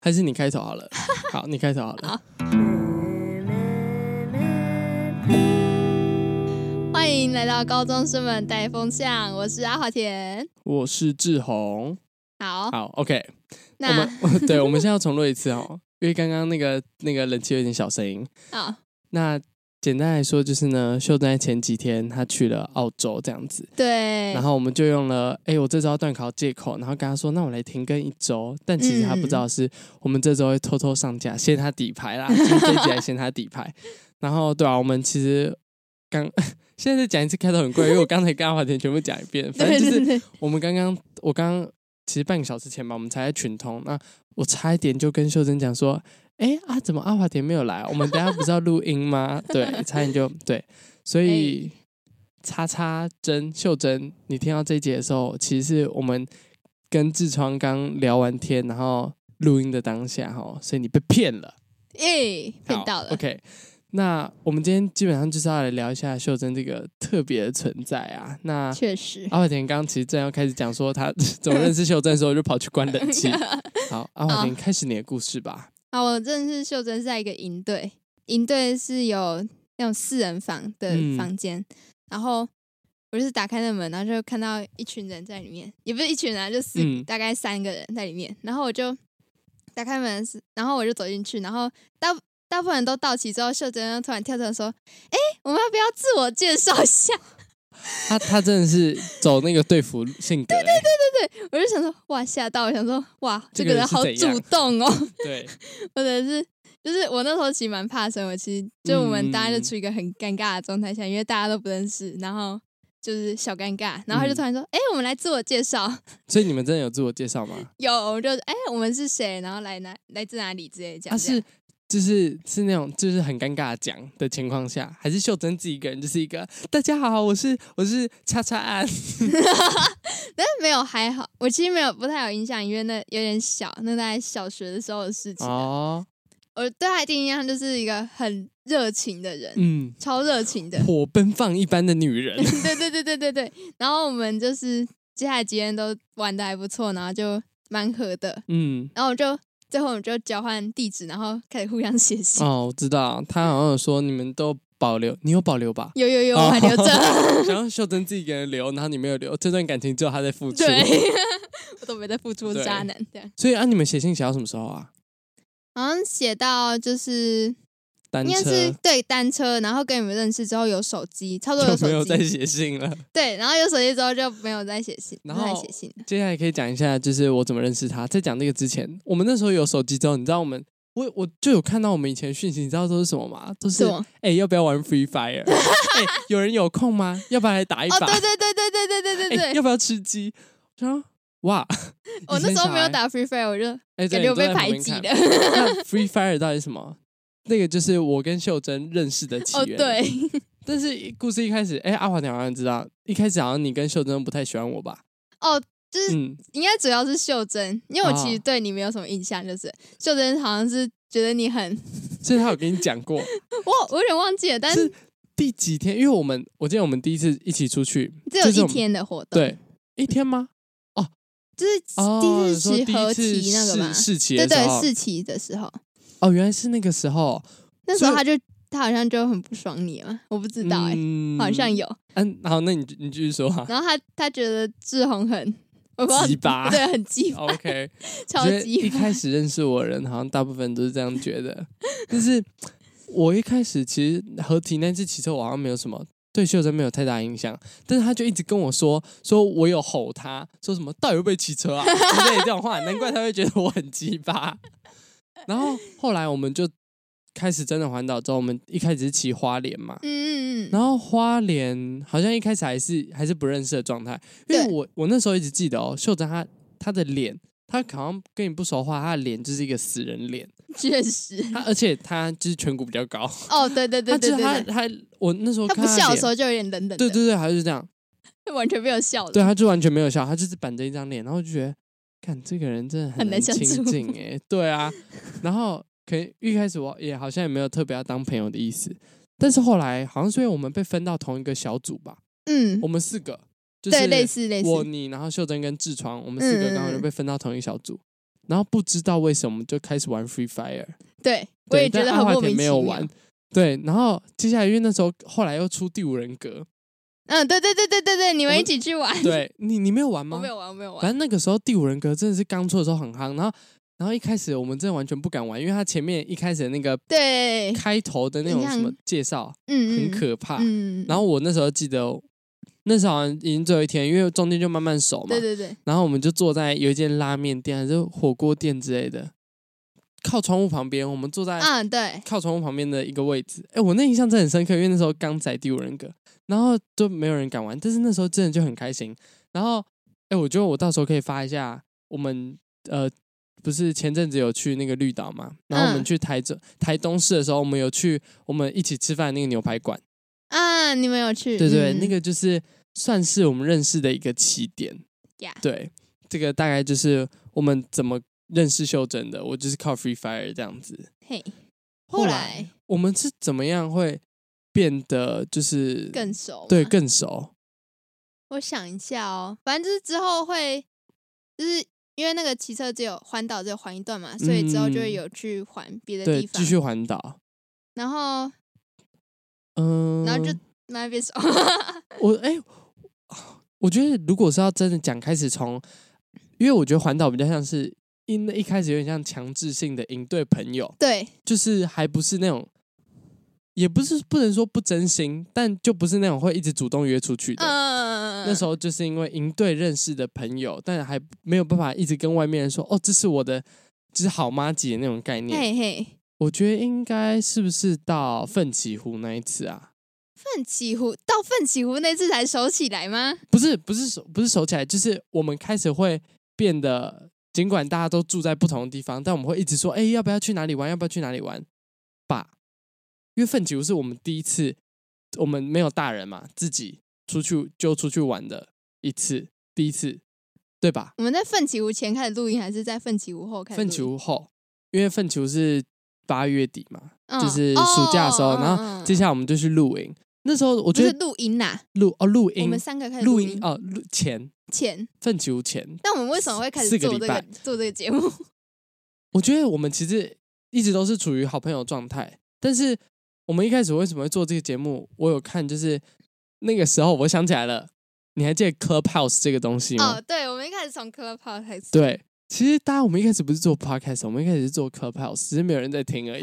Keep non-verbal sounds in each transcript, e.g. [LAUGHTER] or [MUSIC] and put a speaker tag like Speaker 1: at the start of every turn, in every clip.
Speaker 1: 还是你开头好了。好，你开头好了。
Speaker 2: 欢迎来到高中生们带风向，我是阿华田。
Speaker 1: 我是志宏。
Speaker 2: 好，
Speaker 1: 好，OK。我
Speaker 2: 那
Speaker 1: 们 [LAUGHS] 对，我们现在要重录一次哦，因为刚刚那个那个冷气有点小声音。
Speaker 2: 好，
Speaker 1: 那简单来说就是呢，秀珍在前几天她去了澳洲这样子，
Speaker 2: 对
Speaker 1: 然，后我们就用了哎、我这周要断考借口，然后跟她说，那我来停更一周。但其实她不
Speaker 2: 嗯
Speaker 1: 知道是我们这周会偷偷上架，先她底牌啦，今天这一集还先她底牌。然后对啊，我们其实刚 [LAUGHS] 现在再讲一次开头很怪，因为我刚才跟阿华田全部讲一遍，反
Speaker 2: 对
Speaker 1: 正就是
Speaker 2: 对对，
Speaker 1: 我们刚刚，我刚刚其实半个小时前吧，我们才在群通。那我差一点就跟秀珍讲说：“哎啊，怎么阿华田没有来？我们等一下不是要录音
Speaker 2: [LAUGHS]
Speaker 1: 吗？”对，差点就对，所以
Speaker 2: 哎
Speaker 1: 叉叉珍秀珍，你听到这一节的时候，其实是我们跟痔疮刚聊完天，然后录音的当下哈，所以你被骗了，
Speaker 2: 诶，骗
Speaker 1: 好
Speaker 2: 到了，
Speaker 1: OK。那我们今天基本上就是要来聊一下秀珍这个特别的存在啊。那 [LAUGHS]
Speaker 2: 确实。
Speaker 1: 阿华田刚其实正要开始讲说他 [LAUGHS] 怎么认识秀珍的时候，我就跑去关冷 [LAUGHS] 气。好，阿华田开始你的故事吧。
Speaker 2: 好，哦我认识秀珍是在一个营队，营队是有那种四人房的
Speaker 1: 嗯
Speaker 2: 房间，然后我就是打开那门，然后就看到一群人在里面，也不是一群人、啊，就四、
Speaker 1: 嗯
Speaker 2: 大概三个人在里面，然后我就打开门，然后我就走进去，然后大大部分人都到齐之后，秀珍就突然跳出来说：“哎、我们要不要自我介绍一下 [LAUGHS]
Speaker 1: 他他真的是走那个队服性格、欸，对？”
Speaker 2: 我就想说：“哇，吓到！”我想说：“哇，
Speaker 1: 这
Speaker 2: 这
Speaker 1: 个
Speaker 2: 个
Speaker 1: 人
Speaker 2: 人
Speaker 1: 是
Speaker 2: 好
Speaker 1: 怎
Speaker 2: 主
Speaker 1: 样
Speaker 2: 动哦。”
Speaker 1: 对
Speaker 2: 或者是就是我那时候其实蛮怕生，我其实就我们大家就
Speaker 1: 嗯
Speaker 2: 处于一个很尴尬的状态下，因为大家都不认识，然后就是小尴尬，然
Speaker 1: 嗯
Speaker 2: 后他就突然说：“哎、我们来自我介绍。
Speaker 1: 所以你们真的有自我介绍吗？”
Speaker 2: 有，我们就哎、我们是谁，然后来哪来自哪里之类的
Speaker 1: 他、啊
Speaker 2: 讲。这
Speaker 1: 是
Speaker 2: 样
Speaker 1: 就是是那种就是很尴尬地讲的情况下，还是秀珍自己一个人就是一个大家好，我是我是叉叉安，
Speaker 2: 但是没有还好，我其实没有不太有印象，因为那有点小，那大概小学的时候的事情。啊
Speaker 1: 哦，
Speaker 2: 我对他的第一印象就是一个很热情的人，
Speaker 1: [LAUGHS] 嗯，
Speaker 2: 超热情的。 [LAUGHS]
Speaker 1: 火奔放一般的女人，
Speaker 2: 对对对对对对。然后我们就是接下来几天都玩的还不错，然后就蛮合的。
Speaker 1: [LAUGHS] 嗯。
Speaker 2: 然后我就最后我们就交换地址，然后开始互相写信。
Speaker 1: 哦，我知道，他好像有说你们都保留，你有保留吧？
Speaker 2: 有有有，我还留着，
Speaker 1: [LAUGHS] 想要秀珍自己一个人留，然后你没有留，这段感情只有他在付出。
Speaker 2: 对， [LAUGHS] 我都没在付出
Speaker 1: 对
Speaker 2: 渣男这样。
Speaker 1: 所以啊，你们写信写到什么时候啊？
Speaker 2: 好像写到就是
Speaker 1: 单
Speaker 2: 应该
Speaker 1: 车
Speaker 2: 是对单车，然后跟你们认识之后有手机，差不多有
Speaker 1: 就没有
Speaker 2: 手
Speaker 1: 再
Speaker 2: 机，
Speaker 1: 写信了。 [LAUGHS]
Speaker 2: 对，然后有手机之后就没有再写信，
Speaker 1: 然
Speaker 2: 不再
Speaker 1: 后
Speaker 2: 写信了。
Speaker 1: 接下来可以讲一下，就是我怎么认识他。在讲这个之前，我们那时候有手机之后，你知道我们。我我就有看到我们以前的讯息，你知道都是什么吗？都是
Speaker 2: 什
Speaker 1: 哎
Speaker 2: 么、
Speaker 1: 要不要玩 Free
Speaker 2: [LAUGHS]
Speaker 1: Fire？哎、有人有空吗？要不要来打一
Speaker 2: 哦，
Speaker 1: 把？
Speaker 2: 对对对对对对对对
Speaker 1: 哎
Speaker 2: 对，
Speaker 1: 要不要吃鸡？我说哇，
Speaker 2: 我那时候没有打 free fire，我就
Speaker 1: 哎，对
Speaker 2: 感觉
Speaker 1: 你都
Speaker 2: 我被
Speaker 1: 在旁
Speaker 2: 排
Speaker 1: 边
Speaker 2: 挤
Speaker 1: 看
Speaker 2: 的。
Speaker 1: 那 Free Fire 到底是什么？那个就是我跟秀珍认识的起
Speaker 2: 哦，
Speaker 1: 源。
Speaker 2: 对， [LAUGHS]
Speaker 1: 但是一故事一开始，哎、阿华田好像知道，一开始好像你跟秀珍不太喜欢我吧？
Speaker 2: 哦，就是
Speaker 1: 嗯，
Speaker 2: 应该主要是秀珍，因为我其
Speaker 1: 哦
Speaker 2: 实对你没有什么印象，就是、秀珍好像是觉得你很，
Speaker 1: 所以他有跟你讲
Speaker 2: [LAUGHS]
Speaker 1: 过
Speaker 2: 我我有点忘记了，但
Speaker 1: 是第几天，因为我们我记得我们第一次一起出去，
Speaker 2: 只有
Speaker 1: 就是
Speaker 2: 一
Speaker 1: 我们
Speaker 2: 天的活动，，
Speaker 1: 对，一天吗？
Speaker 2: 就是
Speaker 1: 哦，
Speaker 2: 第一
Speaker 1: 你说
Speaker 2: 次骑合
Speaker 1: 第一
Speaker 2: 骑
Speaker 1: 次
Speaker 2: 那个嘛，
Speaker 1: 试试骑
Speaker 2: 对
Speaker 1: 的时
Speaker 2: 对
Speaker 1: 候，
Speaker 2: 试骑的时候，
Speaker 1: 哦，原来是那个时候，
Speaker 2: 那时
Speaker 1: 所
Speaker 2: 候
Speaker 1: 以
Speaker 2: 他就他好像就很不爽你嘛，我不知道哎、
Speaker 1: 嗯
Speaker 2: 好像有，
Speaker 1: 嗯，好，那你你继续说
Speaker 2: [LAUGHS]
Speaker 1: 啊，
Speaker 2: 然后他他觉得志宏很，我不知道
Speaker 1: 鸡巴
Speaker 2: 对，很鸡巴，
Speaker 1: 哦，OK，
Speaker 2: 超
Speaker 1: 我觉得
Speaker 2: 级
Speaker 1: 一开始认识我的人，好像大部分都是这样觉得。但是我一开始其实合体那次骑车，我好像没有什么对秀珍没有太大影响，但是他就一直跟我说，说我有吼他，说什么到底会不会骑车
Speaker 2: [LAUGHS]
Speaker 1: 啊之类的这种话，难怪他会觉得我很鸡巴。然后后来我们就开始真的环岛之后，我们一开始是骑花莲嘛，
Speaker 2: 嗯嗯嗯，
Speaker 1: 然后花莲好像一开始还是还是不认识的状态，因为
Speaker 2: 对
Speaker 1: 我我那时候一直记得哦，秀珍她她的脸，她好像跟你不熟的话，她的脸就是一个死人脸，
Speaker 2: 确实，
Speaker 1: 她而且她就是颧骨比较高，
Speaker 2: 哦，对嗯对对
Speaker 1: 她
Speaker 2: 对
Speaker 1: 就是
Speaker 2: 对
Speaker 1: 她
Speaker 2: 对，
Speaker 1: 她我那时候
Speaker 2: 他
Speaker 1: 看
Speaker 2: 不笑的
Speaker 1: 脸
Speaker 2: 时，候就有点冷冷的，
Speaker 1: 对对对，还是这样，
Speaker 2: 完全没有笑
Speaker 1: 对，
Speaker 2: 的，
Speaker 1: 她就完全没有笑，她就是板着一张脸，然后就觉得，看这个人真的
Speaker 2: 很
Speaker 1: 难
Speaker 2: 难相
Speaker 1: 亲
Speaker 2: 处 [LAUGHS]
Speaker 1: 近哎、对啊，然后可能一开始我也好像也没有特别要当朋友的意思，但是后来好像是因为我们被分到同一个小组吧。
Speaker 2: 嗯
Speaker 1: 我，们四个，就是
Speaker 2: 对，类似类似，嗯
Speaker 1: 我你，然后秀珍跟痔疮，我们四个刚好就被分到同一个小组。然后不知道为什么就开始玩 Free Fire，
Speaker 2: 对，我
Speaker 1: 对
Speaker 2: 也
Speaker 1: 但
Speaker 2: 觉得
Speaker 1: 阿
Speaker 2: 很
Speaker 1: 华
Speaker 2: 莫
Speaker 1: 田
Speaker 2: 名其
Speaker 1: 没
Speaker 2: 妙
Speaker 1: 有。玩，对，然后接下来因为那时候后来又出第五人格，
Speaker 2: 嗯，对对对对对对，你们
Speaker 1: 我
Speaker 2: 一起去 [LAUGHS] 玩，
Speaker 1: 对你你没有玩吗？
Speaker 2: 我没有玩，我没有玩
Speaker 1: 反。正那个时候第五人格真的是刚出的时候很夯，然后然后一开始我们真的完全不敢玩，因为它前面一开始的那个
Speaker 2: 对，
Speaker 1: 开头的那种
Speaker 2: 一样
Speaker 1: 什么介绍
Speaker 2: 嗯
Speaker 1: 很
Speaker 2: 嗯，
Speaker 1: 可怕。
Speaker 2: 嗯，
Speaker 1: 然后我那时候记得，那时候好像已经最后一天，因为中间就慢慢熟嘛。
Speaker 2: 对对对，
Speaker 1: 然后我们就坐在有一间拉面店还是火锅店之类的，靠窗户旁边，我们坐在
Speaker 2: 嗯对，
Speaker 1: 靠窗户旁边的一个位置。哎，我那印象真的很深刻，因为那时候刚载第五人格，然后就没有人敢玩，但是那时候真的就很开心。然后，哎，我觉得我到时候可以发一下我们呃。不是前阵子有去那个绿岛嘛，然后我们
Speaker 2: 嗯
Speaker 1: 去台中、台东市的时候，我们有去我们一起吃饭的那个牛排馆，
Speaker 2: 啊，你们有去？
Speaker 1: 对对，
Speaker 2: 嗯
Speaker 1: 那个就是算是我们认识的一个起点。
Speaker 2: 呀
Speaker 1: 对，这个大概就是我们怎么认识秀珍的。我就是靠 Free Fire 这样子。
Speaker 2: 嘿，
Speaker 1: 后
Speaker 2: 后
Speaker 1: 来
Speaker 2: 来
Speaker 1: 我们是怎么样会变得就是
Speaker 2: 更熟。
Speaker 1: 对，更熟？
Speaker 2: 我想一下哦，反正就是之后会，就是因为那个骑车只有环岛只有环一段嘛，所以之后就会有去环别的
Speaker 1: 嗯对，
Speaker 2: 地方
Speaker 1: 继，续环岛。
Speaker 2: 然后
Speaker 1: 嗯，
Speaker 2: 然后就慢慢变熟。 [LAUGHS]
Speaker 1: 我哎、我觉得如果是要真的讲，开始从，因为我觉得环岛比较像是。因一开始有点像强制性的应对朋友，
Speaker 2: 对，
Speaker 1: 就是还不是那种，也不是不能说不真心，但就不是那种会一直主动约出去的。
Speaker 2: 嗯，
Speaker 1: 那时候就是因为营队认识的朋友，但还没有办法一直跟外面人说哦，这是我的，就是好妈姐的那种概念。
Speaker 2: 嗯嘿嘿，
Speaker 1: 我觉得应该是不是到奋起湖那一次啊？
Speaker 2: 奋起湖到奋起湖那次才熟起来吗？
Speaker 1: 不是，不是手，不是手起来，就是我们开始会变得，尽管大家都住在不同的地方，但我们会一直说，哎、要不要去哪里玩？要不要去哪里玩？吧，因为奋起湖是我们第一次，我们没有大人嘛，自己出去就出去玩的一次，第一次，对吧？
Speaker 2: 我们在奋起湖前开始录音，还是在奋起湖后开始
Speaker 1: 粪
Speaker 2: 录音？
Speaker 1: 球后，因为粪球是八月底嘛，
Speaker 2: 嗯
Speaker 1: 就是暑假的时候，
Speaker 2: 哦
Speaker 1: 然
Speaker 2: 嗯
Speaker 1: 后
Speaker 2: 嗯
Speaker 1: 接下来我们就去露营。那时候我
Speaker 2: 不
Speaker 1: 觉
Speaker 2: 是
Speaker 1: 得
Speaker 2: 录音啦，
Speaker 1: 露哦露
Speaker 2: 我
Speaker 1: 营
Speaker 2: 们三个开始
Speaker 1: 露
Speaker 2: 音
Speaker 1: 营哦露前
Speaker 2: 前，
Speaker 1: 粪球前，
Speaker 2: 但我们为什么会开
Speaker 1: 四
Speaker 2: 始
Speaker 1: 个
Speaker 2: 做
Speaker 1: 礼
Speaker 2: 这
Speaker 1: 拜
Speaker 2: 个做这个节
Speaker 1: [LAUGHS]
Speaker 2: 目？
Speaker 1: 我觉得我们其实一直都是处于好朋友状态，但是我们一开始为什么会做这个节目？我有看，就是那个时候我想起来了，你还记得 Clubhouse 这个东西吗？
Speaker 2: 哦，对，我们一开始从 Clubhouse 开始，
Speaker 1: 对，其实大家我们一开始不是做 podcast，我们一开始是做 clubhouse，只是没有人在听而已。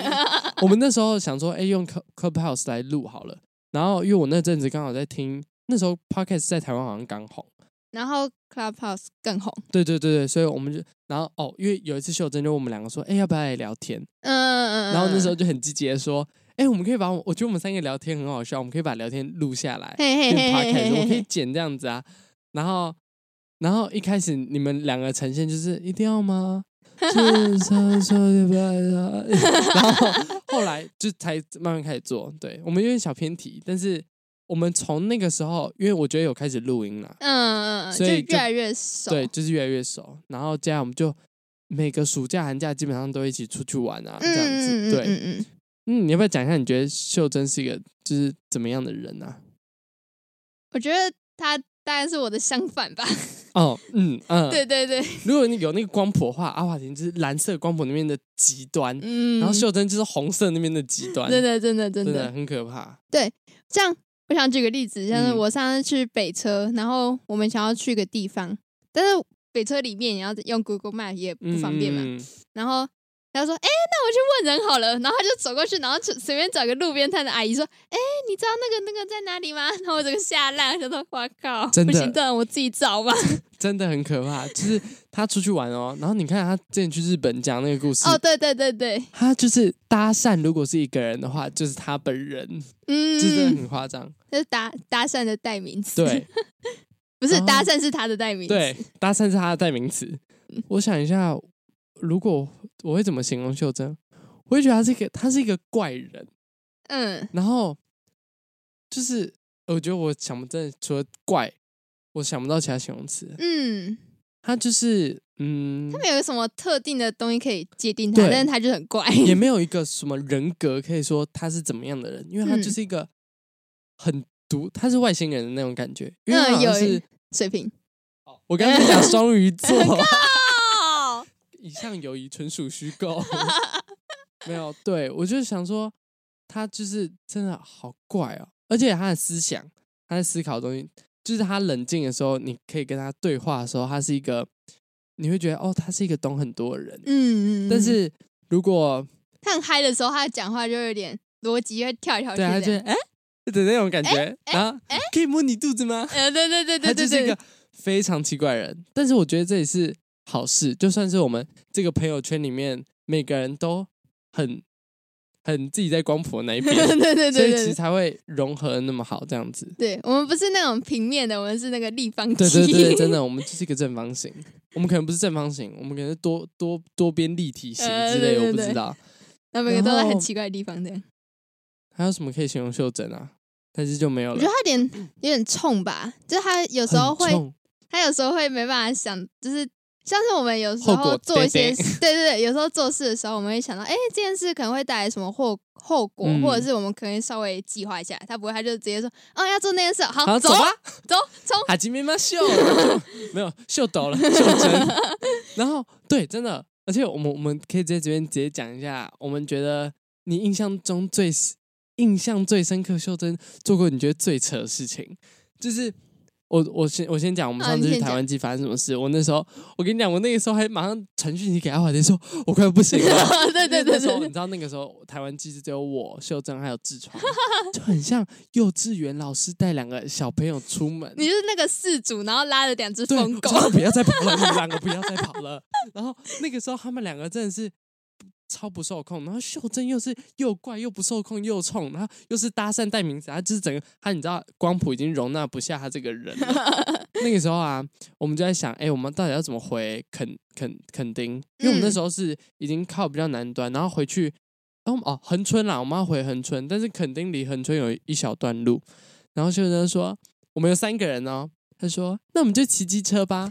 Speaker 1: 我们那时候想说，哎、用 club clubhouse 来录好了。然后因为我那阵子刚好在听，那时候 podcast 在台湾好像刚红，
Speaker 2: 然后 Clubhouse 更红，
Speaker 1: 对对对对，所以我们就然后哦，因为有一次秀珍就问我们两个说，哎、要不要来聊天？
Speaker 2: 嗯，
Speaker 1: 然后那时候，就很积极的说，哎、我们可以把我我觉得我们三个聊天很好笑，我们可以把聊天录下来。
Speaker 2: 嘿 [LAUGHS] 嘿
Speaker 1: 变
Speaker 2: 嘿
Speaker 1: podcast，我可
Speaker 2: 嘿
Speaker 1: 以
Speaker 2: 嘿，
Speaker 1: 剪这样子啊。然后，然后一开始你们两个呈现就是一定要吗？
Speaker 2: [LAUGHS]
Speaker 1: 是说说对吧？ [LAUGHS] 然后后来就才慢慢开始做。对我们有点小偏题，但是我们从那个时候，因为我觉得有开始录音了，
Speaker 2: 嗯嗯，嗯
Speaker 1: 所以就
Speaker 2: 就越来越熟，
Speaker 1: 对，就是越来越熟。然后接下来我们就每个暑假寒假基本上都一起出去玩啊，这
Speaker 2: 嗯，
Speaker 1: 样
Speaker 2: 嗯
Speaker 1: 子。
Speaker 2: 嗯
Speaker 1: 对，
Speaker 2: 嗯嗯，嗯
Speaker 1: 嗯，你要不要讲一下你觉得秀珍是一个就是怎么样的人啊？
Speaker 2: 我觉得他大概是我的相反吧，
Speaker 1: 哦，嗯嗯，
Speaker 2: [LAUGHS] 对对对，
Speaker 1: 如果你有那个光谱的话，阿华田就是蓝色光谱那边的极端，
Speaker 2: 嗯，
Speaker 1: 然后秀珍就是红色那边的极端，
Speaker 2: 真的真的真
Speaker 1: 真的
Speaker 2: 的，
Speaker 1: 很可怕。
Speaker 2: 像我想举个例子，像是
Speaker 1: 嗯
Speaker 2: 我上次去北车，然后我们想要去个地方，但是北车里面也要用 Google Map 也不方便嘛，
Speaker 1: 嗯，
Speaker 2: 然后他说：“哎、那我去问人好了。”然 [LAUGHS] 后他就走过去，然后就随便找个路边摊的阿姨说：“哎、你知道那个那个在哪里吗？” [LAUGHS] 然后我整个吓烂，想说：“哇靠，
Speaker 1: 真的
Speaker 2: 不行，的，我自己找吧。
Speaker 1: 真的很可怕。就是他出去玩哦，然后你看他之前去日本讲那个故”事，
Speaker 2: [LAUGHS] 哦，对对对对，
Speaker 1: 他就是搭讪，如果是一个人的话，就是他本人，这真的
Speaker 2: 嗯，
Speaker 1: 很夸张。
Speaker 2: 就是搭搭讪的代名词，， [LAUGHS]
Speaker 1: 对
Speaker 2: 不是
Speaker 1: 然后
Speaker 2: 搭讪是他的代名词，
Speaker 1: 对，搭讪是他的代名词。
Speaker 2: 嗯
Speaker 1: 我想一下，如果我会怎么形容秀珍？我会觉得他是一个，他是一个怪人。
Speaker 2: 嗯，
Speaker 1: 然后就是呃我觉得我想不真的除了怪，我想不到其他形容词。
Speaker 2: 嗯，他
Speaker 1: 他就是嗯，
Speaker 2: 没有什么特定的东西可以界定他，
Speaker 1: 对
Speaker 2: 但是他就很怪，
Speaker 1: 也
Speaker 2: [LAUGHS]
Speaker 1: 没有一个什么人格可以说他是怎么样的人，因为他
Speaker 2: 嗯
Speaker 1: 就是一个很独，他是外星人的那种感觉。因为他
Speaker 2: 嗯
Speaker 1: 好像
Speaker 2: 有
Speaker 1: 是、
Speaker 2: 水平。 [LAUGHS]
Speaker 1: 我刚刚在讲双鱼座，
Speaker 2: 哦，
Speaker 1: 以上友谊纯属虚构。 [LAUGHS] 没有，对我就想说，他就是真的好怪哦，而且他的思想，他在思考的东西，就是他冷静的时候，你可以跟他对话的时候，他是一个，你会觉得哦，他是一个懂很多的人。
Speaker 2: 嗯嗯嗯
Speaker 1: 但是如果
Speaker 2: 他很嗨的时候，他讲话就有点逻辑会跳来跳去
Speaker 1: 对他
Speaker 2: 的。
Speaker 1: 就哎的那种感觉，然后可以摸你肚子吗？
Speaker 2: [LAUGHS] 呃，对对对
Speaker 1: 他
Speaker 2: 对
Speaker 1: 就
Speaker 2: 对
Speaker 1: 是一
Speaker 2: 对
Speaker 1: 个，非常奇怪的人。但是我觉得这也是好事，就算是我们这个朋友圈里面每个人都很很自己在光谱的那一边， [LAUGHS]
Speaker 2: [LAUGHS] 对对对
Speaker 1: 所以
Speaker 2: 对
Speaker 1: 其实
Speaker 2: 对。
Speaker 1: 才会融合那么好这样
Speaker 2: [LAUGHS]
Speaker 1: 子。
Speaker 2: 对我们不是那种平面的，我们是那个立方体。
Speaker 1: 对对对，
Speaker 2: [LAUGHS]
Speaker 1: 真的，我们就是一个正方形。我们可能不是正方形，我们可能是多多多边立体形
Speaker 2: 呃
Speaker 1: 之类，
Speaker 2: 对对
Speaker 1: 我不
Speaker 2: 对
Speaker 1: 知道。
Speaker 2: 那每个都在
Speaker 1: 然
Speaker 2: 很
Speaker 1: 后
Speaker 2: 奇怪的地方，这样。
Speaker 1: 还有什么可以形容秀珍啊？但是就没有
Speaker 2: 我
Speaker 1: 了
Speaker 2: 觉得。他有点有点冲吧，就是他有时候
Speaker 1: 很
Speaker 2: 会，
Speaker 1: 冲
Speaker 2: 他有时候会没办法想，就是像是我们有时
Speaker 1: 后果
Speaker 2: 候做
Speaker 1: 对
Speaker 2: 一
Speaker 1: 对
Speaker 2: 些事， [LAUGHS] 对对对，有时候做事的时候，我们会想到，哎、这件事可能会带来什么后后果，
Speaker 1: 嗯
Speaker 2: 或者是我们可能稍微计划一下。他不会，他就直接说，哦，要做那件事，好，
Speaker 1: 好，
Speaker 2: 走
Speaker 1: 走吧，
Speaker 2: 走冲。
Speaker 1: 哈基啊米妈秀，然后就 [LAUGHS] 没有秀抖了，秀
Speaker 2: [LAUGHS]
Speaker 1: 真。然后对，真的，而且我们我们可以在这边直接讲一下，我们觉得你印象中最印象最深刻，秀珍做过你觉得最扯的事情，就是。我我先我先讲，我们
Speaker 2: 啊
Speaker 1: 上次去
Speaker 2: 你先
Speaker 1: 台湾记发生什么事？我那时候，我跟你讲，我那个时候还马上传讯息给阿华田说，我快不行了。
Speaker 2: [LAUGHS] 对对对
Speaker 1: 因为那时候你
Speaker 2: 对，
Speaker 1: 知道那个时候台湾记是只有我、秀珍还有痔疮，就很像幼稚园老师带两个小朋友出门。
Speaker 2: 你就是那个事主，然后拉着两只
Speaker 1: 对，
Speaker 2: 疯狗
Speaker 1: 我，说不要再跑了，你们两个不要再跑
Speaker 2: [LAUGHS]
Speaker 1: 了。然后那个时候他们两个真的是超不受控，然后秀珍又是又怪又不受控又冲，然后又是搭讪带名词，他就是整个他你知道光谱已经容纳不下他这个人了。
Speaker 2: [LAUGHS]
Speaker 1: 那个时候啊，我们就在想，哎、我们到底要怎么回垦垦垦丁？因为我们那
Speaker 2: 嗯
Speaker 1: 时候是已经靠比较南端，然后回去。然后我们哦，恒春啦，我们要回恒春，但是垦丁离恒春有一小段路。然后秀珍说，我们有三个人哦，他说：“那我们就骑机车吧。”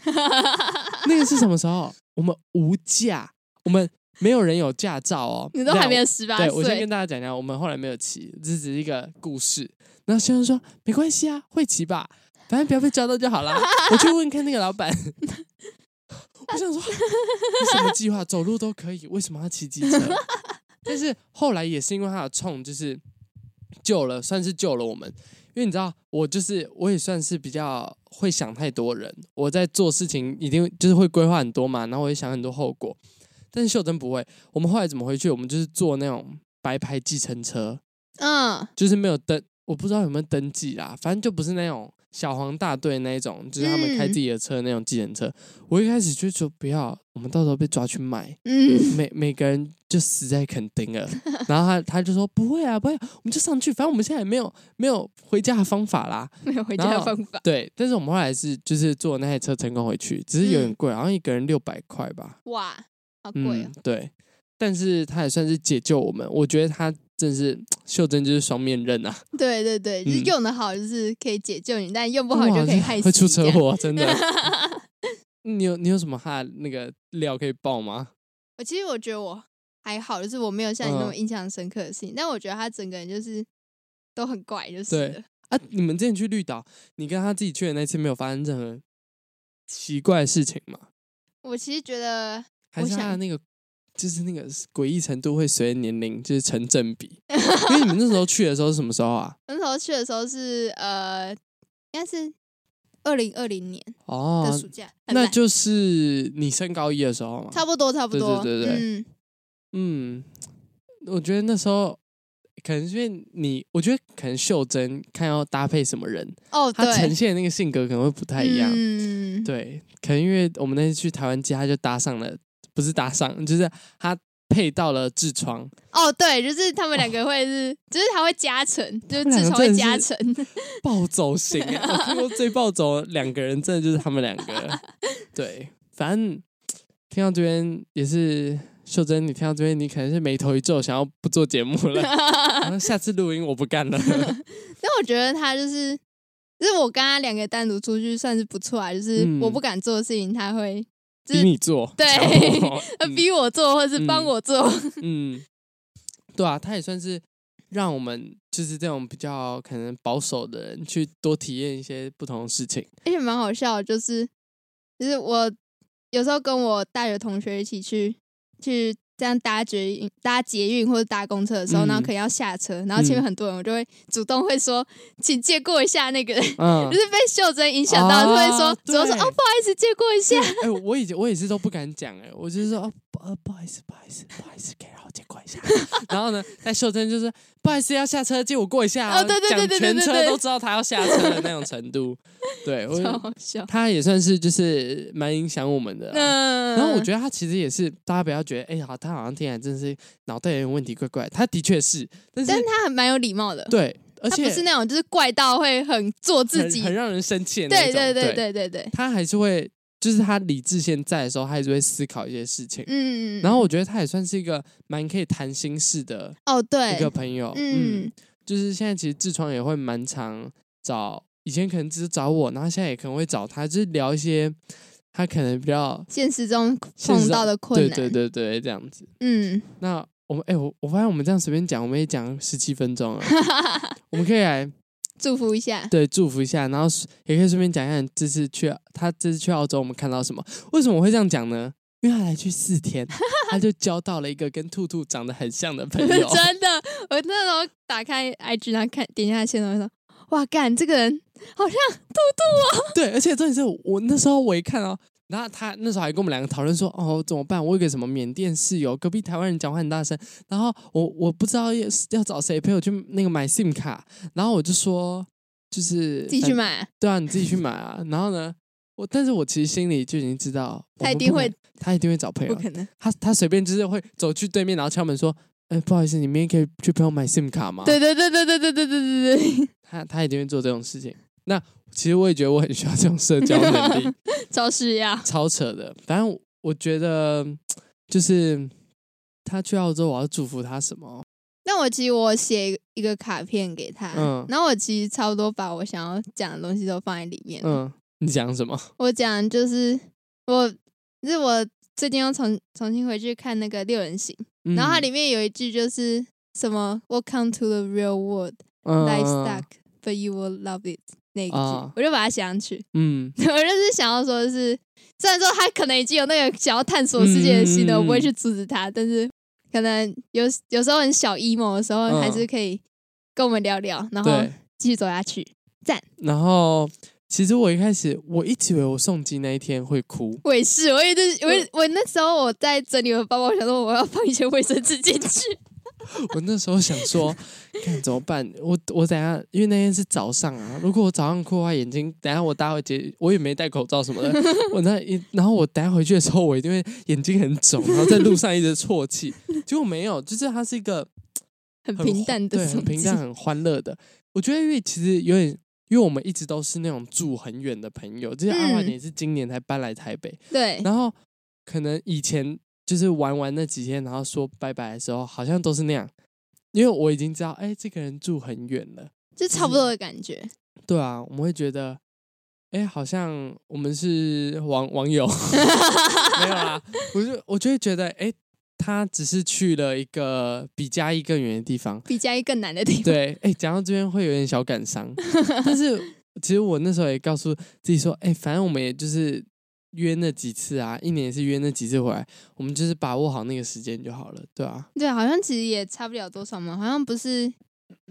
Speaker 1: 那个是什么时候？我们无驾，我们没有人有驾照哦。
Speaker 2: 你都还没
Speaker 1: 有
Speaker 2: 有十八
Speaker 1: 对，我先
Speaker 2: 岁
Speaker 1: 跟，大家讲一下，我们后来没有骑，这只是一个故事。然后先生说：“没关系啊，会骑吧，反正不要被抓到就
Speaker 2: [LAUGHS]
Speaker 1: 好啦。”我去问看那个老板。我想说，你什么计划？走路都可以，为什么要骑机车？但是后来也是因为他的冲，就是救了，算是救了我们。因为你知道，我就是我也算是比较会想太多人，我在做事情一定就是会规划很多嘛，然后我也想很多后果。但是秀珍不会，我们后来怎么回去？我们就是坐那种白牌计程车，
Speaker 2: 嗯，
Speaker 1: 就是没有登，我不知道有没有登记啦，反正就不是那种小黄大队那一种，就是他们开自己的车的那种计程车。我一开始就说不要，我们到时候被抓去卖，
Speaker 2: 嗯， [LAUGHS]
Speaker 1: 每每个人就死在垦丁了。然后他他就说不会啊，不会，我们就上去，反正我们现在也没有没有回家的方法啦。
Speaker 2: 没有回家的方法，
Speaker 1: 对，但是我们后来是就是坐那台车成功回去，只是有点
Speaker 2: 嗯
Speaker 1: 贵，好像一个人六百块吧。
Speaker 2: 哇，好贵哦
Speaker 1: 嗯，，对，但是他也算是解救我们。我觉得他真是秀珍就是双面刃啊，
Speaker 2: 对对对，就是
Speaker 1: 嗯
Speaker 2: 用的好就是可以解救你，但用不
Speaker 1: 不
Speaker 2: 好就可以害死，
Speaker 1: 会出车。祸，啊真
Speaker 2: [LAUGHS]
Speaker 1: 的。你有你有什么哈那个料可以爆吗？
Speaker 2: 我其实我觉得我还好，就是我没有像你那么
Speaker 1: 嗯
Speaker 2: 印象深刻的事情，但我觉得他整个人就是都很怪，就是
Speaker 1: 对
Speaker 2: 了
Speaker 1: 啊，你们之前去绿岛，你跟他自己去的那次没有发生任何奇怪的事情吗？
Speaker 2: 我其实觉得
Speaker 1: 还
Speaker 2: 我
Speaker 1: 是他的
Speaker 2: 想
Speaker 1: 那个就是那个诡异程度会随着年龄就是成正比？ [LAUGHS] 因为你们那时候去的时候是什么时候啊？
Speaker 2: 那时候去的时候是呃，应该是二零二零年的
Speaker 1: 哦
Speaker 2: 暑，假，很
Speaker 1: 那
Speaker 2: 烂
Speaker 1: 就是你升高一的时候嘛。
Speaker 2: 差不多差不
Speaker 1: 对对
Speaker 2: 多，
Speaker 1: 对对
Speaker 2: 嗯，
Speaker 1: 嗯，我觉得那时候可能是因为你，我觉得可能秀珍看要搭配什么人，
Speaker 2: 哦，
Speaker 1: 她呈
Speaker 2: 对，
Speaker 1: 现的那个性格可能会不太一样。
Speaker 2: 嗯，
Speaker 1: 对，可能因为我们那次去台湾街，她就搭上了，不是搭上，就是她配到了痔疮。
Speaker 2: 哦，对，就是他们两个会是，就是他会加成，就是
Speaker 1: 们两个
Speaker 2: 痔疮会
Speaker 1: 真的
Speaker 2: 加
Speaker 1: 是
Speaker 2: 成， [LAUGHS]
Speaker 1: 暴走型、欸，我看过最暴走的两个人，真的就是他们两个。
Speaker 2: [LAUGHS]
Speaker 1: 对，反正听到这边也是秀珍，你听到这边，你可能是眉头一皱，想要不做节目
Speaker 2: [LAUGHS]
Speaker 1: 了，然后下次录音我不干了。
Speaker 2: 但我觉得他就是，就是我跟他两个单独出去算是不错啊，就是
Speaker 1: 嗯
Speaker 2: 我不敢做的事情，他会就
Speaker 1: 逼
Speaker 2: 是
Speaker 1: 你做，
Speaker 2: [LAUGHS] 对
Speaker 1: [LAUGHS] 强迫
Speaker 2: 呃逼我做，或是
Speaker 1: 嗯
Speaker 2: 帮我做。 [LAUGHS]
Speaker 1: 嗯嗯，对啊，他也算是让我们就是这种比较可能保守的人去多体验一些不同的事情。
Speaker 2: 而且蛮好笑的，就是就是我有时候跟我大学同学一起去去这样搭捷运、搭捷运或者搭公车的时候，
Speaker 1: 嗯
Speaker 2: 然后可能要下车，然后前面很多人，我就会主动会说，请借过一下那个人。
Speaker 1: 嗯
Speaker 2: [LAUGHS] 就，是被袖珍影响到，就会说
Speaker 1: 哦，
Speaker 2: 主动说
Speaker 1: 对
Speaker 2: 哦，不好意思，借过一下。
Speaker 1: 哎、我以前我也是都不敢讲哎、我就是说哦不呃不好意思不好意思不好意思，可以让我借过一下。 [LAUGHS] 然后呢，在秀珍就是不好意思要下车，借我过一下、
Speaker 2: 哦对对对对
Speaker 1: 讲
Speaker 2: 对
Speaker 1: 全
Speaker 2: 对
Speaker 1: 车都知道他要下车的那种程
Speaker 2: [LAUGHS]
Speaker 1: 度。对，
Speaker 2: 超
Speaker 1: 我
Speaker 2: 好笑。
Speaker 1: 他也算是就是蛮影响我们的啊啦。
Speaker 2: 嗯，
Speaker 1: 然后我觉得他其实也是，大家不要觉得，哎、呀，他好像听起来真是脑袋有点问题，怪怪。他的确是，但是
Speaker 2: 但是他还蛮有礼貌的，
Speaker 1: 对，而
Speaker 2: 他
Speaker 1: 且
Speaker 2: 不是那种就是怪到会很做自
Speaker 1: 很
Speaker 2: 己。
Speaker 1: 很让人生气的那
Speaker 2: 对
Speaker 1: 种。
Speaker 2: 对对
Speaker 1: 对，
Speaker 2: 对对对，
Speaker 1: 他还是会，就是他理智现在的时候，他还是会思考一些事情。
Speaker 2: 嗯。
Speaker 1: 然后我觉得他也算是一个蛮可以谈心事的
Speaker 2: 哦，
Speaker 1: 一个
Speaker 2: 对，
Speaker 1: 朋友，嗯
Speaker 2: 嗯，
Speaker 1: 就是现在其实痔疮也会蛮常找，以前可能只是找我，然后现在也可能会找他，就是聊一些他可能比较
Speaker 2: 现实中
Speaker 1: 现实
Speaker 2: 碰
Speaker 1: 中
Speaker 2: 到的困
Speaker 1: 对
Speaker 2: 难，
Speaker 1: 对对对这样子。
Speaker 2: 嗯，
Speaker 1: 那我们哎、我我发现我们这样随便讲，我们也讲十七分钟
Speaker 2: [LAUGHS]
Speaker 1: 了，我们可以来
Speaker 2: 祝福一下。
Speaker 1: 对祝福一下，然后也可以顺便讲一下你这次去他这次去澳洲我们看到什么？为什么我会这样讲呢？因为他来去四
Speaker 2: [LAUGHS]
Speaker 1: 天，他就交到了一个跟兔兔长得很像的朋友。
Speaker 2: [LAUGHS] 真的，我那时候打开 IG，然后看点进他的线动，我说：“哇，干，这个人好像
Speaker 1: 对，而且重点是我那时候我一看哦，然后他那时候还跟我们两个讨论说，哦怎么办？我有个什么缅甸室友，隔壁台湾人讲话很大声，然后我我不知道要要找谁陪我去那个买 SIM 卡，然后我就说就是
Speaker 2: 自己去，买啊，
Speaker 1: 对啊，你自己去买啊。然后呢，我但是我其实心里就已经知道，我
Speaker 2: 他一
Speaker 1: 们
Speaker 2: 定
Speaker 1: 不可
Speaker 2: 会
Speaker 1: 能，他一定会找朋
Speaker 2: 不
Speaker 1: 友，
Speaker 2: 可能。
Speaker 1: 他他随便就是会走去对面，然后敲门说。哎、不好意思，你明天可以去陪我买 SIM 卡吗？”
Speaker 2: 对”对对对对对对对对
Speaker 1: [LAUGHS]
Speaker 2: 对，
Speaker 1: 他他一定会做这种事情。那其实我也觉得我很需要这种社交能
Speaker 2: [LAUGHS]
Speaker 1: 力，
Speaker 2: 超市呀，
Speaker 1: 超扯的。反正我我觉得就是他去澳洲，我要祝福他什么？
Speaker 2: 那我其实我写一个卡片给他，
Speaker 1: 嗯
Speaker 2: 然后我其实差不多把我想要讲的东西都放在里面。
Speaker 1: 嗯，你讲什么？
Speaker 2: 我讲就是我，就是我最近又重重新回去看那个《六人行》，
Speaker 1: 嗯
Speaker 2: 然后它里面有一句就是什么 “Welcome to the real world,
Speaker 1: 嗯
Speaker 2: life stuck, but you will love it” 那一句，
Speaker 1: 啊
Speaker 2: 我就把它写上去。
Speaker 1: 嗯，
Speaker 2: [LAUGHS] 我就是想要说的是，虽然说他可能已经有那个想要探索世界的心
Speaker 1: 嗯嗯
Speaker 2: 了，
Speaker 1: 嗯
Speaker 2: 我不会去阻止他，但是可能有有时候很小 emo 的时候，
Speaker 1: 嗯
Speaker 2: 还是可以跟我们聊聊，然后
Speaker 1: 对。
Speaker 2: 继续走下去。
Speaker 1: 然后其实我一开始我一直以为我送机那一天会哭，
Speaker 2: 我也是，我也是，我也我那时候我在整理我的包包，我想说我要放一些卫生纸进去。
Speaker 1: 我那时候想说，看怎么办？我我等一下，因为那天是早上啊，如果我早上哭的话，眼睛等一下我搭会结，我也没戴口罩什么的，我那一然后我等一下回去的时候，我一定会眼睛很肿，然后在路上一直啜泣。结果没有，就是它是一个
Speaker 2: 很
Speaker 1: 很
Speaker 2: 平
Speaker 1: 欢
Speaker 2: 淡的
Speaker 1: 对，
Speaker 2: 手
Speaker 1: 很平
Speaker 2: 机
Speaker 1: 淡，很欢乐的。我觉得，因为其实有点，因为我们一直都是那种住很远的朋友，就是阿华
Speaker 2: 嗯
Speaker 1: 也是今年才搬来台北，
Speaker 2: 对，
Speaker 1: 然后可能以前就是玩完那几天，然后说拜拜的时候，好像都是那样。因为我已经知道，哎、这个人住很远了，
Speaker 2: 就差不多的感觉。
Speaker 1: 对啊，我们会觉得，哎、好像我们是网网友，没有啦，我就我就会觉得，哎、他只是去了一个比嘉义更远的地方，
Speaker 2: 比嘉义更难的地方，
Speaker 1: 对，哎、讲到这边会有点小感伤，但是其实我那时候也告诉自己说，哎、反正我们也就是约那几次啊，一年也是约那几次回来，我们就是把握好那个时间就好了，对啊，
Speaker 2: 对，好像其实也差不了多少嘛，好像不是，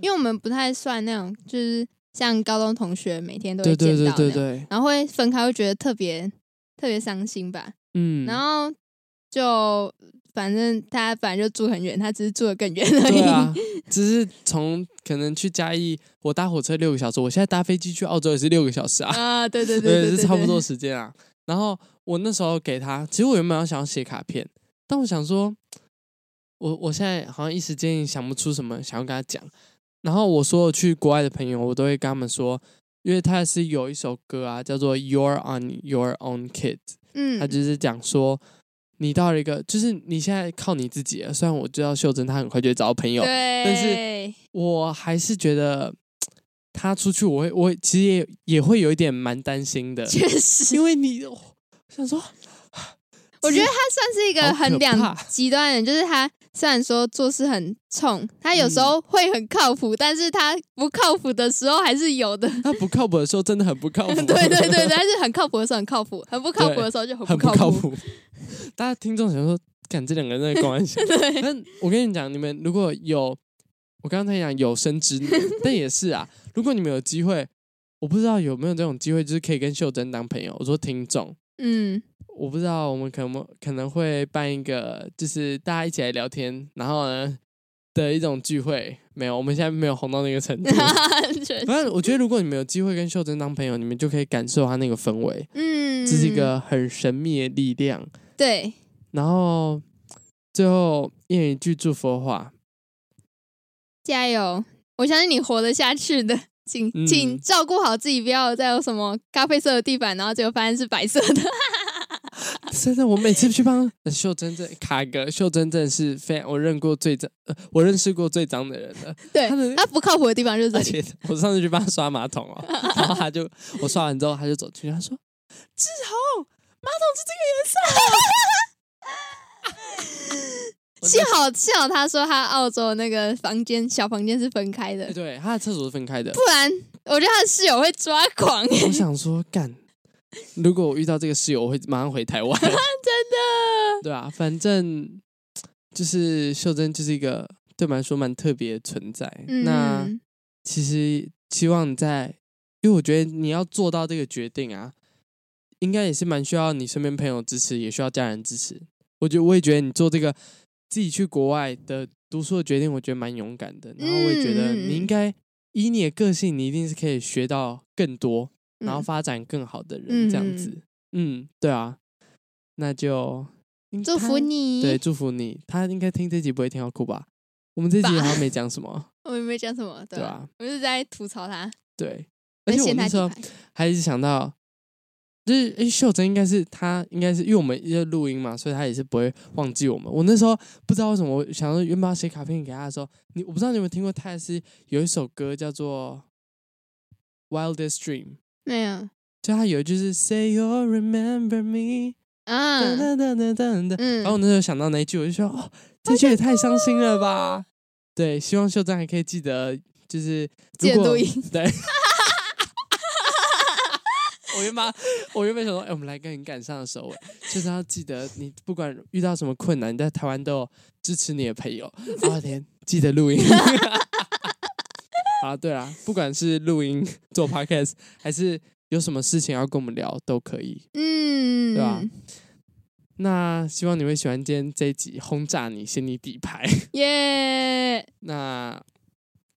Speaker 2: 因为我们不太算那种，就是像高中同学每天都
Speaker 1: 对
Speaker 2: 会
Speaker 1: 对
Speaker 2: 见
Speaker 1: 对
Speaker 2: 到
Speaker 1: 对
Speaker 2: 那种
Speaker 1: 对，
Speaker 2: 然后会分开，会觉得特别特别伤心吧。
Speaker 1: 嗯，
Speaker 2: 然后就反正他本来就住很远，他只是住的更远而已。
Speaker 1: 对
Speaker 2: [LAUGHS]
Speaker 1: 啊，只是从可能去嘉义，我搭火车六个小时，我现在搭飞机去澳洲也是六个小时啊，
Speaker 2: 啊，对对对对，
Speaker 1: 是差不多。时间啊。然后我那时候给他，其实我原本要想要写卡片，但我想说，我我现在好像一时间也想不出什么想要跟他讲。然后我所有去国外的朋友，我都会跟他们说，因为他是有一首歌啊，叫做《You're on Your Own Kid》，
Speaker 2: 嗯
Speaker 1: 他，就是讲说。你到了一个，就是你现在靠你自己了。虽然我知道秀珍她很快就会找到朋友，
Speaker 2: 对， [LAUGHS]
Speaker 1: 但是我还是觉得他出去，我会，我其实也也会有一点蛮担心的。
Speaker 2: 确实，
Speaker 1: 呃因为你我想说， [SIGHS]
Speaker 2: 我觉得他算是一个
Speaker 1: 好可
Speaker 2: 很
Speaker 1: 怕
Speaker 2: 两极端的人，就是他虽然说做事很冲，他有
Speaker 1: 嗯
Speaker 2: 时候会很靠谱，但是他不靠谱的时候还是有的。
Speaker 1: 他不靠谱的时候真的很不 [LAUGHS] 靠谱，
Speaker 2: 对 [LAUGHS] 对对，对但是很靠谱的时候很靠谱，很不靠谱的时候就
Speaker 1: 很
Speaker 2: 不
Speaker 1: 靠
Speaker 2: 靠。，
Speaker 1: 谱。大家听众想说，干这两个人在关系 [LAUGHS]
Speaker 2: 对，
Speaker 1: 但我跟你讲，你们如果有，我刚才讲有生之 [LAUGHS] 年，但也是啊，如果你们有机会，我不知道有没有这种机会，就是可以跟秀珍当朋友。我说听众，
Speaker 2: 嗯， [LAUGHS]
Speaker 1: 我不知道我们可能可能会办一个，就是大家一起来聊天，然后呢的一种聚会。没有，我们现在没有红到那个程 [LAUGHS] 度。
Speaker 2: 确呃实
Speaker 1: 反正我觉得，如果你们有机会跟秀珍当朋友，你们就可以感受她那个氛围，
Speaker 2: 嗯，
Speaker 1: 这是一个很神秘的力量。
Speaker 2: 对，
Speaker 1: 然后最后一人一句祝福的话，
Speaker 2: 加油！我相信你活得下去的，请
Speaker 1: 嗯
Speaker 2: 请照顾好自己，不要再有什么咖啡色的地板，然后结果发现是白色的。啊
Speaker 1: 真的，我每次去帮呃秀珍这卡哥，秀珍真的是非常我认过最脏，呃，我认识过最脏的人
Speaker 2: [LAUGHS]
Speaker 1: 了。
Speaker 2: 对
Speaker 1: 他的，
Speaker 2: 它不靠谱的地方就是这
Speaker 1: 而
Speaker 2: 里。
Speaker 1: 且我上次去帮他刷马桶
Speaker 2: [LAUGHS]
Speaker 1: 哦，然后他就我刷完之后，他就走进去，他说：“志宏，马桶是这个颜色。”我
Speaker 2: 幸好幸好他说他澳洲那个房间小房间是分开的
Speaker 1: 哎，对，他的厕所是分开的
Speaker 2: 呃不。然我觉得他的室友会抓狂。
Speaker 1: 我想说，干，如果我遇到这个室友，我会马上回台
Speaker 2: [LAUGHS]
Speaker 1: 湾。
Speaker 2: 真
Speaker 1: 对啊，反正就是秀珍就是一个对我们来说蛮特别的存在。
Speaker 2: 的，
Speaker 1: 那
Speaker 2: 嗯，
Speaker 1: 其实希望你在，因为我觉得你要做到这个决定啊，应该也是蛮需要你身边朋友支持，也需要家人支持。我觉得我也觉得你做这个自己去国外的读书的决定，我觉得蛮勇敢的。然后我也觉得
Speaker 2: 嗯嗯嗯
Speaker 1: 你应该以你的个性，你一定是可以学到更多，
Speaker 2: 嗯
Speaker 1: 然后发展更好的人这样子。嗯，对啊，那就
Speaker 2: 祝福。你。
Speaker 1: 对，，祝福你。他应该听这集不会听到哭吧？我们这集
Speaker 2: 吧
Speaker 1: 好像没讲什么，
Speaker 2: 我也没讲什么，
Speaker 1: 对啊
Speaker 2: [LAUGHS] 对吧？
Speaker 1: 吧？
Speaker 2: 我就是在吐槽他，
Speaker 1: 对，而且我
Speaker 2: 嫌他
Speaker 1: 那时候
Speaker 2: 鸡排
Speaker 1: 还一直想到，就是诶，秀珍应该是她，应该是因为我们要录音嘛，所以她也是不会忘记我们。我那时候不知道为什么，我想说原本要写卡片给她的时候，你我不知道你有没有听过泰斯有一首歌叫做《Wildest Dream》，
Speaker 2: 没有，
Speaker 1: 就他有一句是 “Say you remember me”，噔
Speaker 2: 嗯
Speaker 1: 噔噔噔噔噔。
Speaker 2: 嗯
Speaker 1: 然后我那时候想到那一句，我就说哦，这句也太伤心了吧。对，希望秀珍还可以记得，就是
Speaker 2: 记
Speaker 1: 如
Speaker 2: 得
Speaker 1: 果
Speaker 2: 录音
Speaker 1: [LAUGHS] 对。我原本我原本想说，哎、我们来个很感伤的收尾，就是要记得你不管遇到什么困难，你在台湾都有支持你的朋友。啊我天，记得
Speaker 2: [LAUGHS]
Speaker 1: 录音。啊，对啦，不管是录音、做 podcast，还是有什么事情要跟我们聊，都可以。
Speaker 2: 嗯，
Speaker 1: 对吧那希望你会喜欢今天这一集轰炸你心理底牌。 [LAUGHS]
Speaker 2: 耶、
Speaker 1: 那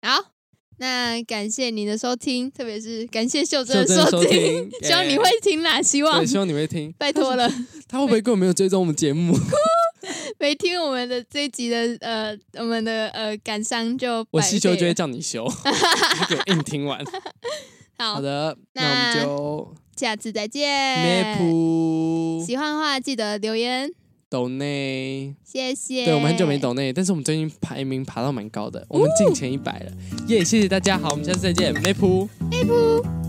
Speaker 2: 好，那感谢你的收听，特别是感谢秀珍
Speaker 1: 秀
Speaker 2: 的
Speaker 1: 珍收
Speaker 2: 听， [LAUGHS]
Speaker 1: 听，
Speaker 2: 希望你会听啦，希
Speaker 1: 耶，
Speaker 2: 望
Speaker 1: 对，希望你会听。
Speaker 2: 拜托
Speaker 1: [LAUGHS]
Speaker 2: 了，
Speaker 1: 他会不会根本没有追踪我们节
Speaker 2: [LAUGHS]
Speaker 1: 目？
Speaker 2: 没听我们的这一集的呃，我们的呃感伤就
Speaker 1: 我
Speaker 2: 白
Speaker 1: 细修
Speaker 2: 费
Speaker 1: 就会
Speaker 2: 了
Speaker 1: 叫你修， [LAUGHS] 你给我硬听完。
Speaker 2: [LAUGHS] 好，
Speaker 1: 好的，那
Speaker 2: 那哎
Speaker 1: 我们就
Speaker 2: 下次再见。
Speaker 1: 咩噗
Speaker 2: 喜欢的话记得留言，
Speaker 1: 抖内，
Speaker 2: 谢谢。
Speaker 1: 对我们很久没，抖内，但是我们最近排名爬到蛮高的，我们进前一百了，耶！谢谢大家，好，我们下次再见，咩噗。
Speaker 2: 拜拜。